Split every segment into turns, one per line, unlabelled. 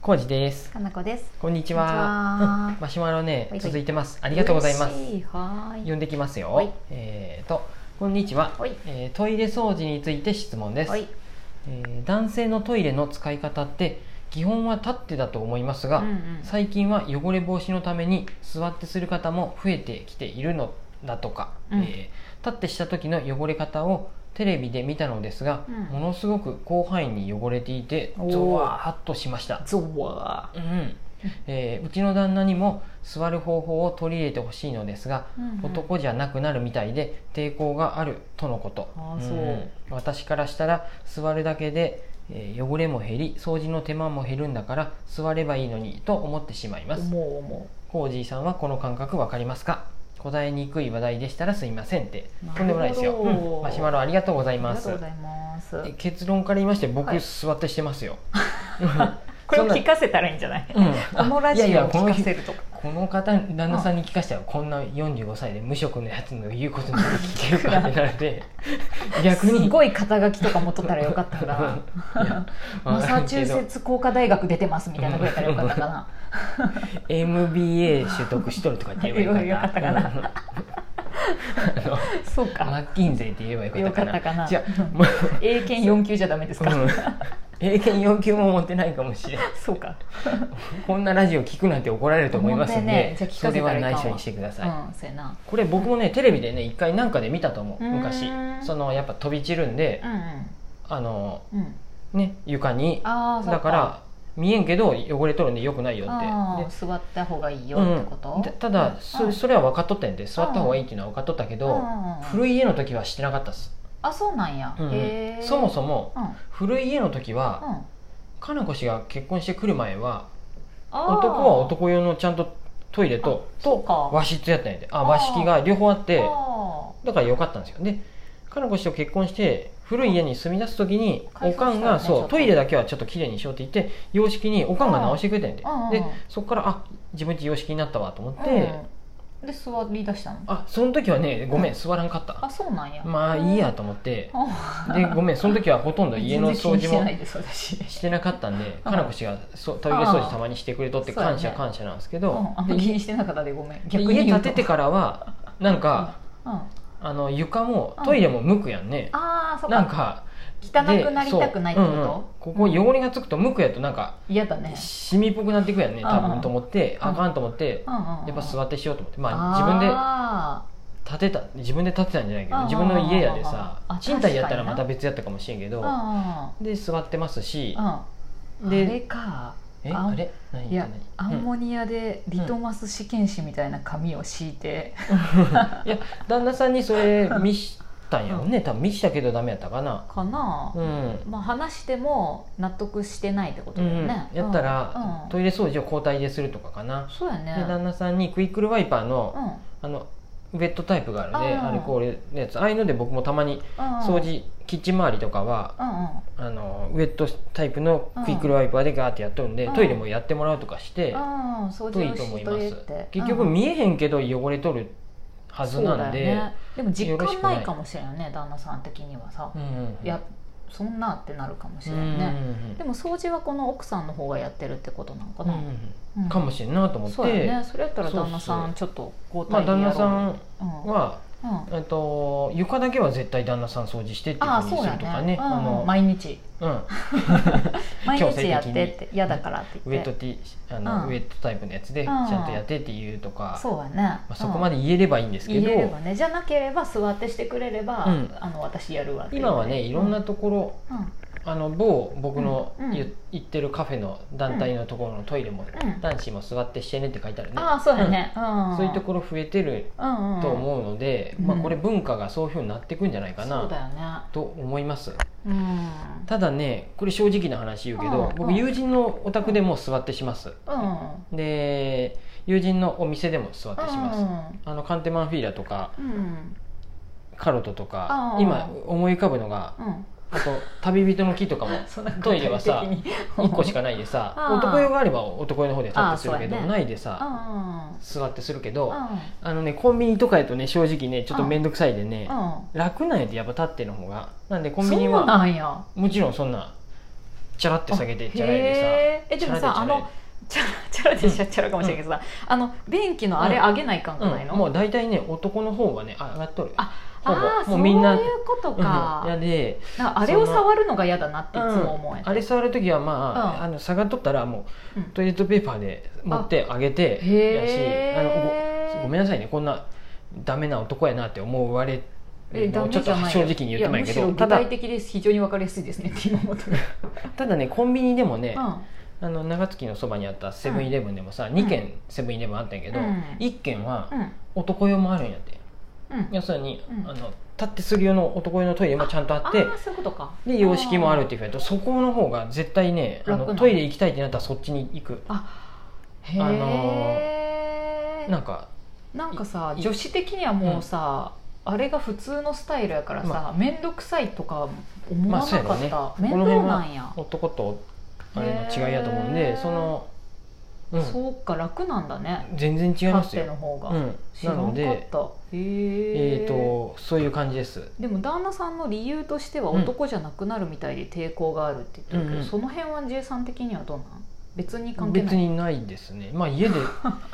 コウジです。
かなこです。
こんにち
こんに
は。
ちは
マシュマロね
ほいほい
続いてます。あ
あ
りがとうございます。
はー
呼
い。
んできますよ。
ほい
えーとこんにちは
ほい。
えートイレ掃除について質問です
は。い。
えー男性のトイレの使い方って基本は立ってだと思いますが
うんうん、
最近は汚れ防止のために座ってする方も増えてきているのだとか、
うん
えー立ってした時の汚れ方をテレビで見たのですが、
うん
ものすごく広範囲に汚れていて
おー
ゾワーッとしました
ゾワ
うんえーうちの旦那にも座る方法を取り入れてほしいのですが、
うんうん
男じゃなくなるみたいで抵抗があるとのこと
あーそうん
私からしたら座るだけで、えー汚れも減り掃除の手間も減るんだから座ればいいのにと思ってしまいま
ー。
す
もうも
コージーさんはこの感覚わかりますか答えにくい話題でしたらすいませんって
なるほど。
とんでもないですよ、うんマシュマロありがとうございう
あ
ま
りが
す
とうございます。
え結論から言いまして僕、
はい
座ってしてますよ
これを
そんな
聞かせたらいいんじゃない？
うん
このラジ
いやい
オ
や
を
この
聞か
日
せるとか。
この方旦那さんに聞かせたらこんな45歳で無職のやつの言うことなんて聞けるかってなれ て逆に
すごい肩書きとか持っとったらよかったか
いや
な。マサチューセッツ工科大学出てますみたいなのやったらよかったかな。
MBA 取得しとるとかって言えばよかった
言えばよかそう
あのマ
か。
ッキンゼーって言えばよかったかな
よかったかな
違うもう
英検四級じゃダメですか
う？ん英検要求も持ってないかもしれない
そうか。
こんなラジオ聞くなんて怒られると思いますん
問題
で
ねじゃあ聞か
そ
せ
れ
た
は
らいかん
内
わ
緒にしてください、
うん、そうやな。
これ僕もねテレビでね一回なんかで見たと思う昔
うーん
そのやっぱ飛び散るんで
うん
あの
うんうん。
ね床に
ああ、そう
だから見えんけど汚れとるんでよくないよって
あ
で
ー座った方がいいよ
うん
ってこと、
でただそそれは分かっとったんやで座った方がいいっていうのは分かっとったけど
い
古い家の時はしてなかったっす、
あそうなんや、
うん
へえ
そもそも
うんうん
古い家の時はかなこ氏が結婚してくる前は
あー
男は男用のちゃんとトイレと
そうか
と和室やったんやであ
あー
和式が両方あって
あ
だから良かったんですよでかなこ氏と結婚して古い家に住み出す時に
改
お
装した
か
よね
んが
ちょ
そ
っ
う
と
トイレだけはちょっときれいにしようって言って洋式におかんが直してくれたんやで
うんうん
でそこからあ自分ち洋式になったわと思っ
ー
て、
うんで座り出したの
あその時はねごめん座らんかっ
あ
た
そうなんや
まあいいやと思って
あ
でごめんその時はほとんど家の掃 除
全然気にしてない
も
です私
してなかったんで
うん
かなこ氏がそうトイレ掃除たまにしてくれとって
あーそうや
感
ね
謝感謝なんですけ
う
ど
ん、あんま
で
り気にしてなかったでごめん
で
逆に
家
言う
建
と
ててからはなんか
うんあ
あの床もトイレも向くやんね
あーそっか
なんか
汚くなりたくないって
でそううんうん
こ
ことこ汚れがつくと向くやとなんか
嫌だね
シミっぽくなっていくやんね多
うん
分と思って
うん
あかんと思って
や
やっぱ
っ
座ってしようと思って
た
まあ自分で
あ
建てた自分で建てたんじゃないけ
う
ど
ん
自分の家やでさ
うんうんうん
賃貸やったら
あ確かにな
また別やったかもしれんけ
ー
ど
うんうん
で座ってますし
うん、
で
あれか
え
あ
あれ何
いやア
何
ン
うん
モニアでリトマス試験紙みたいな紙を敷いて、
いや旦那さんにそれ見したんやろね多分見したけどダメやったかな
かな、
うん
まあ、話しても納得してないってことだよね、
うんやった
うん
ら
うん
トイレ掃除を交代でするとかかな
そうや
で
ね
旦那さんにクイックルワイパー
う
の
ん
あのウェットタイプがあるね
あー
アルコールのやつああいうので僕もたまに
うん
掃除キッチン周りとかは
うんうん
あのウェットタイプのクイックルワイパーでガーってやっとるんで
うん
トイレもやってもらうとかして
うん掃
とい
除
い
を
と思
し
いま
とい
す
て
結局見えへんけど汚れとるはずなんで、
そうだよね、でも実
よろし
感
くない
ないかもしれんよね旦那さん的にはさ、
うんうんうん
いやそんなってなるかもし
うん
れ
うんん
ね、でも掃除はこの奥さんの方がやってるってことなのか
うんう
な、
ん
うん
かもしれんなと思って、
そうやねそれやったら旦那さんちょっと交代
まあ、
でや
旦那
ろう
さん
うん
は、
うん
えっと、床だけは絶対旦那さん掃除してっていう
ああ
ふう
そ
に
う
す
や
るとか
ね
ね、あ
うんうん
の
毎日
うん
毎
強制的
日
に
やってって嫌だからって
ウ
言
ェット
って
ティあの、
うん
ウェットタイプのやつで
ん
ちゃんとやってっていうとか、
そうやね、
まあ、そこま
で
で言えればいいんですけ
言
ど、
えればねじゃなければ座ってしてくれれば、
うん
あの私やるわって
今はねいろんな
うん
ところ、
うん
あの某僕の
うんうん
言,、言ってるカフェの団体のところのトイレも、
うん
男子も座ってしてねって書いてあるね、
ああそうやね、うん
そういうところ増えてる
ろ、うんうん、
と思うので、
うん
まあ、これ文化がそういうふうになってくんじゃないか
そう
な
だよね
と思います
うん
ただねこれ正直な話言うけど、
うん
僕友人のお宅でも座ってします、
うん
で友人のお店でも座ってします、
うん
あのカンテマンフィーラとか
うん
カロトとか、
うん
今思い浮かぶのが
うん
あと旅人の木とかも
そんな
トイレはさ
具体的に
1個しかないでさ
うん
男用があれば男用の方で立ってするけど、
あそうやね
ないで
う
さ
んうん
座ってするけど、
うん
あのねコンビニとかやとね正直ねちょっと面倒くさいでね、
うん
楽なんやってやっぱ立っての方がなんでコンビニ
そう
は
なんや
もちろんそんなちゃらって下げてチャラいでさ
へーえでも
チャラ
さあ
チャラい
のチャラチャラでしゃチャラかもしれないけどさ、あの便器のあれ上げない感がないの、
うん、もう大体ね男の方はねあ上がっとるよ
あ
ほぼ
ああ
も
そうう
み
い
ん
う
な
こと
うんいや
か,、
で
なんかあれを触るのが嫌だなっていつも思う、
あれ触る時はまあ,、
うん
あの下がっとったらもう、
うん
トイレットペーパーで持ってあげてやしあ
へ
の
ー
ごごめんなさいねこんなダメな男やなって思われ
え
るのをちょっと
ダメじ
正
ゃ
直
ない
に言ってもいいけ
や
ど
むしろ
た
具
だ
体的です非常にわかりやすいですねって今思ったけ
ただねコンビニでもね、
どうん
あの長月のそばにあったセブンイレブンでもさ、2軒セブンイレブンあったんやけど、
うん
1軒は
うん
男用もあるんやって
うん
要するに、
うん
あの立ってする用の男用のトイレもちゃんとあ
あ
って
ーそういうことか
で洋式もあるっていうふうにやとそこの方が絶対ねあ
楽
の
なの
トイレ行きたいってなったらそっちに行く
へ
あ
え
なんか
なんかさ
い
女子的にはもうさ、あれが普通のスタイルやからさ、
ま
面倒くさいとか思わなかった、
まあそうやろね
面倒なんや
男とあれの違いやと思うん
へ
で
ー
その、うん、
そうか楽なんだね
全然違います
勝手の
よ、
方が、
うん、
知
な
らんか
の
っ
で
たへえ
えー、とそういう感じです
でも旦那さんの理由としては
うん
男じゃなくなるみたいで抵抗があるって言ってるけど、
うんうん
その辺は J さん的にはどうなん別に関係ない
別にないですねまあ家 で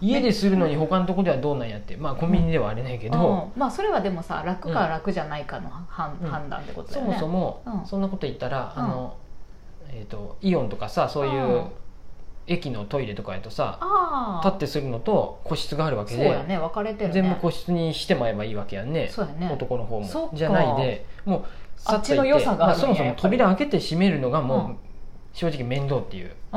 家でするのに他のとこではどうなんやってまあコンビニではあれないけど、
うんまあそれはでもさ楽か楽じゃないかの判,、
うん
判断ってことだ
そ
よね
もそも
うん
そんなこと言ったら、
うん
あのえー、とイオンとかさそういううん駅のトイレとかやとさ
ああ
立ってするのと個室があるわけ
そう
で、
やね分かれてるね
全部個室にしてまえばいいわけやんね
そうやね
男の方
そっ
も
か
じゃないでもう
あっちの良さがある
ま
んや
そもそ
や
も
っぱり
扉開けて閉めるのが
う
も
ん
う正直面倒っていう、
うん
あ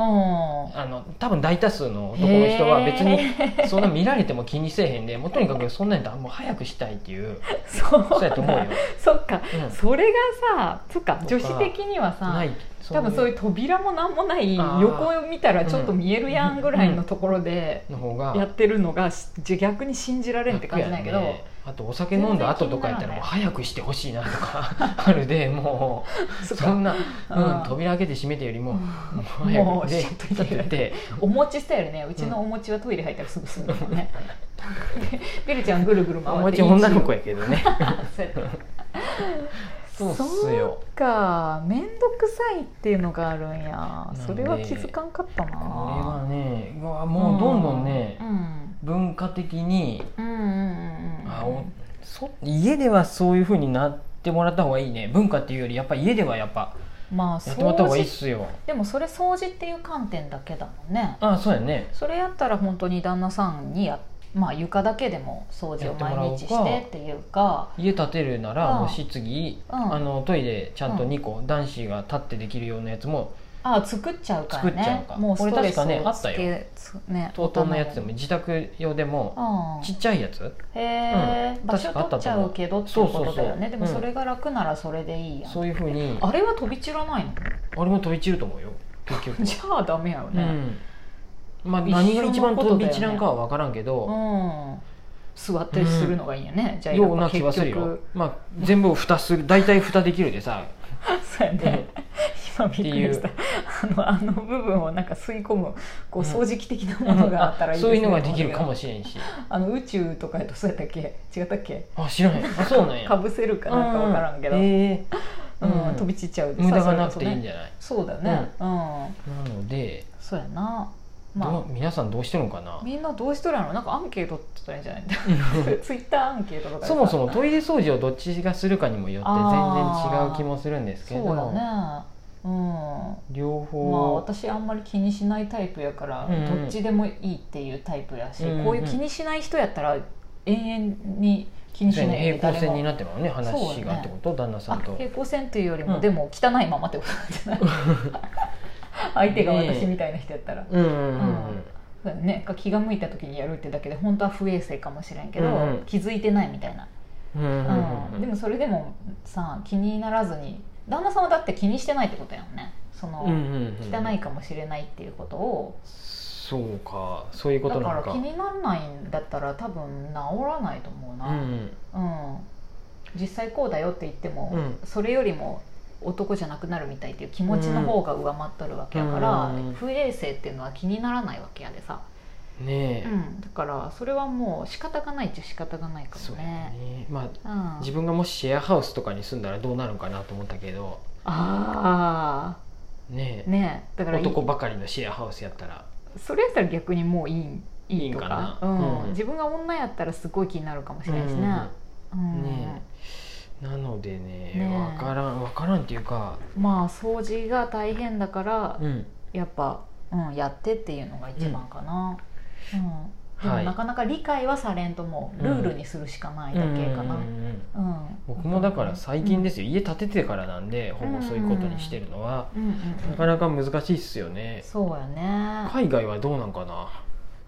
の多分大多数の男の人は別に
へー
そんな見られても気にせえへんでもうとにかくそんなんやったらもう早くしたいって いう
そう
そうやと思うよ、
そっか
うん
それがさそっか
とか
女子的には
な
さ
い
多分そういう扉も何もない
あー
横を見たらちょっと見えるやんぐらいのところで
の方
や
が
ってるのがし逆に信じられんって感じなんやけど、
楽やねあとお酒飲んだ後とかやったらもう早くしてほしいなとか あるでもう
そっ
そ
か
んな、
うん
うん、扉開けて閉めてよりももう
も
早
う
く
シ
で
ャッと
立
いて
てて
お餅スタイルねうちのお餅はトイレ入ったらす ぐすぐだからね、でベルちゃんぐるぐる
お
回っ
も
て
ち女の子やけどね
そうやって
そうっすよ
そうか面倒くさいっていうのがあるんや
なんで
それは気づかんかったな
これはねうわもうどんどんね
う、ん
文化的に
うんうんうんうん
あおそ家ではそういうふうになってもらった方がいいね文化っていうよりやっぱ家ではやっぱ
まあ
やってもらった方
掃
がいいっ
除
すよ
でもそれ掃除っていう観点だけだもんね
あそうやね
それやったら本当に旦那さんにや、まあ、床だけでも掃除を毎日
やっ
して
もらおう
て
か
っていうか
家建てるなら
うん
もし次、
うん
あのトイレちゃんと
うん
2個、男子が立ってできるようなやつも
ああ作っちゃうからね
作っちゃうか
もうストレス
俺
をつけ
確かねあったよ
つね
トートンのやつでも自宅用でも
うん
ちっちゃいやつ
へえ、
うん
場所
確かあったと思う
取っちゃうけどっていうことだよ
そ
ね
うそうそう
でも
うん
それが楽ならそれでいいやん、
そういうふうに
あれは飛び散らないの
俺も飛び散ると思うよ結局
じゃあダメやよ
う
ね、
んまあ、
一緒の
何が一番
こと
飛
だよ
び
ね
散らんかは分からんけど、
うん座ってするのがいいよね、じゃあ
よう
や
な
っぱ
気はす
結
るよ
局、
まあ、全部を蓋する大体蓋できるでさ
そうやね、今びっくりした あのあの部分をなんか吸い込むこう
うん
掃除機的なものがあったらいい
そういうのができるか
し
もしれんし
れないあの宇宙とかやとそうやったっけ違ったっけ
あ知らないあそうなんや
かぶせるかなんか分からんけど、
う
うん
えーうん
飛び散っちゃうでさ
無駄がなくていいん
ゃ
じゃない、
そうだねうん、
なので、
そうやな
どう
ま
皆さんどうしてるのか
あ
な
みんなどうしとるやろなんかアンケート取ったらいいんじゃないツイッターアンケートとかで さ
そもそもトイレ掃除をどっちがするかにもよって全然違う気もするんですけ
そ
ど
うだねうん
両方、
まあ私あんまり気にしないタイプやから、
うんうん
どっちでもいいっていうタイプやし、
うんうん
こういう気にしない人やったら延々に気にし
そうや
な
ね
いで
平行線に
も
なってるもんね話
そう
が
やね
ってこと、旦那さ
あ
んと
平行線というよりも、
うん
でも汚いままってことなんじゃ ない相手が私みたいな人やったら、
うんうんうん
うんそうだね、気が向いた時にやるってだけで本当は不衛生かもしれんけど、
うんうん
気づいてないみたいな
うんうんうん
うんでもそれでもさ気にならずに旦那さんはだって気にしてないってことやもんねその、
うんうんうん
汚いかもしれないっていうことを
そうかそういうこ
だ
と
か
なの
ら
か
気にならないんだったら多分治らないと思う
う
な、
ん
うん実際こうだよって言っても、
うん
それよりも男じゃなくなるみたいっていう気持ちの方が上回っとるわけやから、
うん
不衛生っていうのは気にならないわけやでさ、
うんね
う
え、
ん、だからそれはもう仕方がないっちゃ仕方がないか
そ
も
うや
ね。
ねま
うん、
あ
あ
自分がもしシェアハウスとかに住んだらどうなるのかなと思ったけど
あー
ねえ
ねえだからい
男ばかりのシェアハウスやったら
それやったら逆にもういいいいとか
いいんかな
うん
うん
自分が女やったらすごい気になるかもしれないですね。
う
うんん
ねえなのでね
ねえ
わからんわからんっていうか、
まあ掃除が大変だから、
うん、
やっぱ、うん、やってっていうのが一番かな。うんで
は
も
い
なかなか理解はされんともうルールにするしかないだけ
うんうんう
かな。
ん
うん
僕もだから最近ですよ、家建ててからなんでほぼそういうことにしてるのは、
うんうん
なかなか難しいっすよね
そうやね
海外はどうなんかな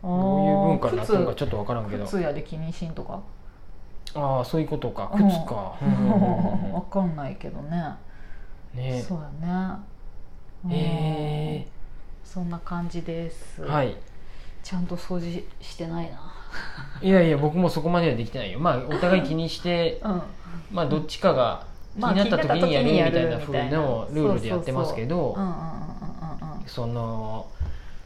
どういう文化になったのか
靴
ちょっとわからんけど
靴やで気にしんとか
ああそういうことか
うん
靴か、うんうんうん
わ
う
かんないけどね
んね
そうやねうん
え
そんな感じです、
ー、はい
ちゃんと掃除してないない
やいや僕もそこまではできてないよまあお互い気にして
うん
まあどっちかが気
まあ
になった時にやるみたいな風
気になった時にやるみたいな
のルールでやってますけど
うんうんうんうん
その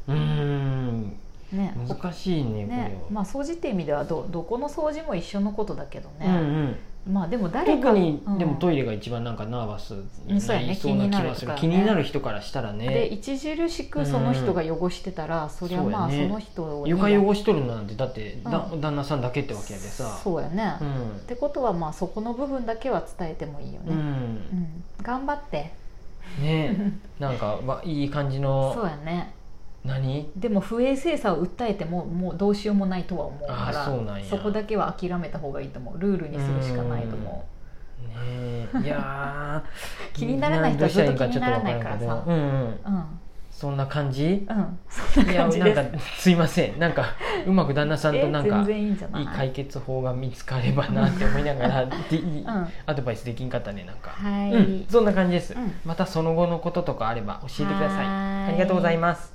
うーん
うんね
難しいね
ね
これは、
まあ掃除って意味ではどどこの掃除も一緒のことだけど
うん
ね、
うん
まあでも誰
特
か
に、
うん
でもトイレが一番なんかナーバス
うんそうや
な
ね
りそうな気がする気
気になるとかね
になる人からしたら
で
ね
著しくその人が汚してたら、そりゃまあ
そう
そ
やね
の人を
床汚しとるなんてだって、だ
う
旦那さんだけってわけやでさ
そうやね、
う
っ
ん、
てことはまあそこの部分だけは伝えてもいいよ
う
ね、うん
ん
頑張って
ねなんかわいい感じ
そう
の
やね
何
でも不衛生さを訴えてももうどうしようもないとは思うか
あ
ら
そうなんや
こだけは諦めた方がいいと思うルールにするしかないと思
ねえいやー
気にならない人はずっと気にならないからさ
どうしたらいいんちょっとわんけどうんうん
ううん
そんな感じ
うんそん
い
な
や
感じです
なんかすいませんなんかうまく旦那さんとなん
え
か
全然いいんじゃない
いい解決法が見つかればなって思いなが らでいい
うん
アドバイスできんかったねなんか、
はい、
うん、そんな感じです、
うん
またその後のこととかあれば教えてください
はーい
ありがとうございます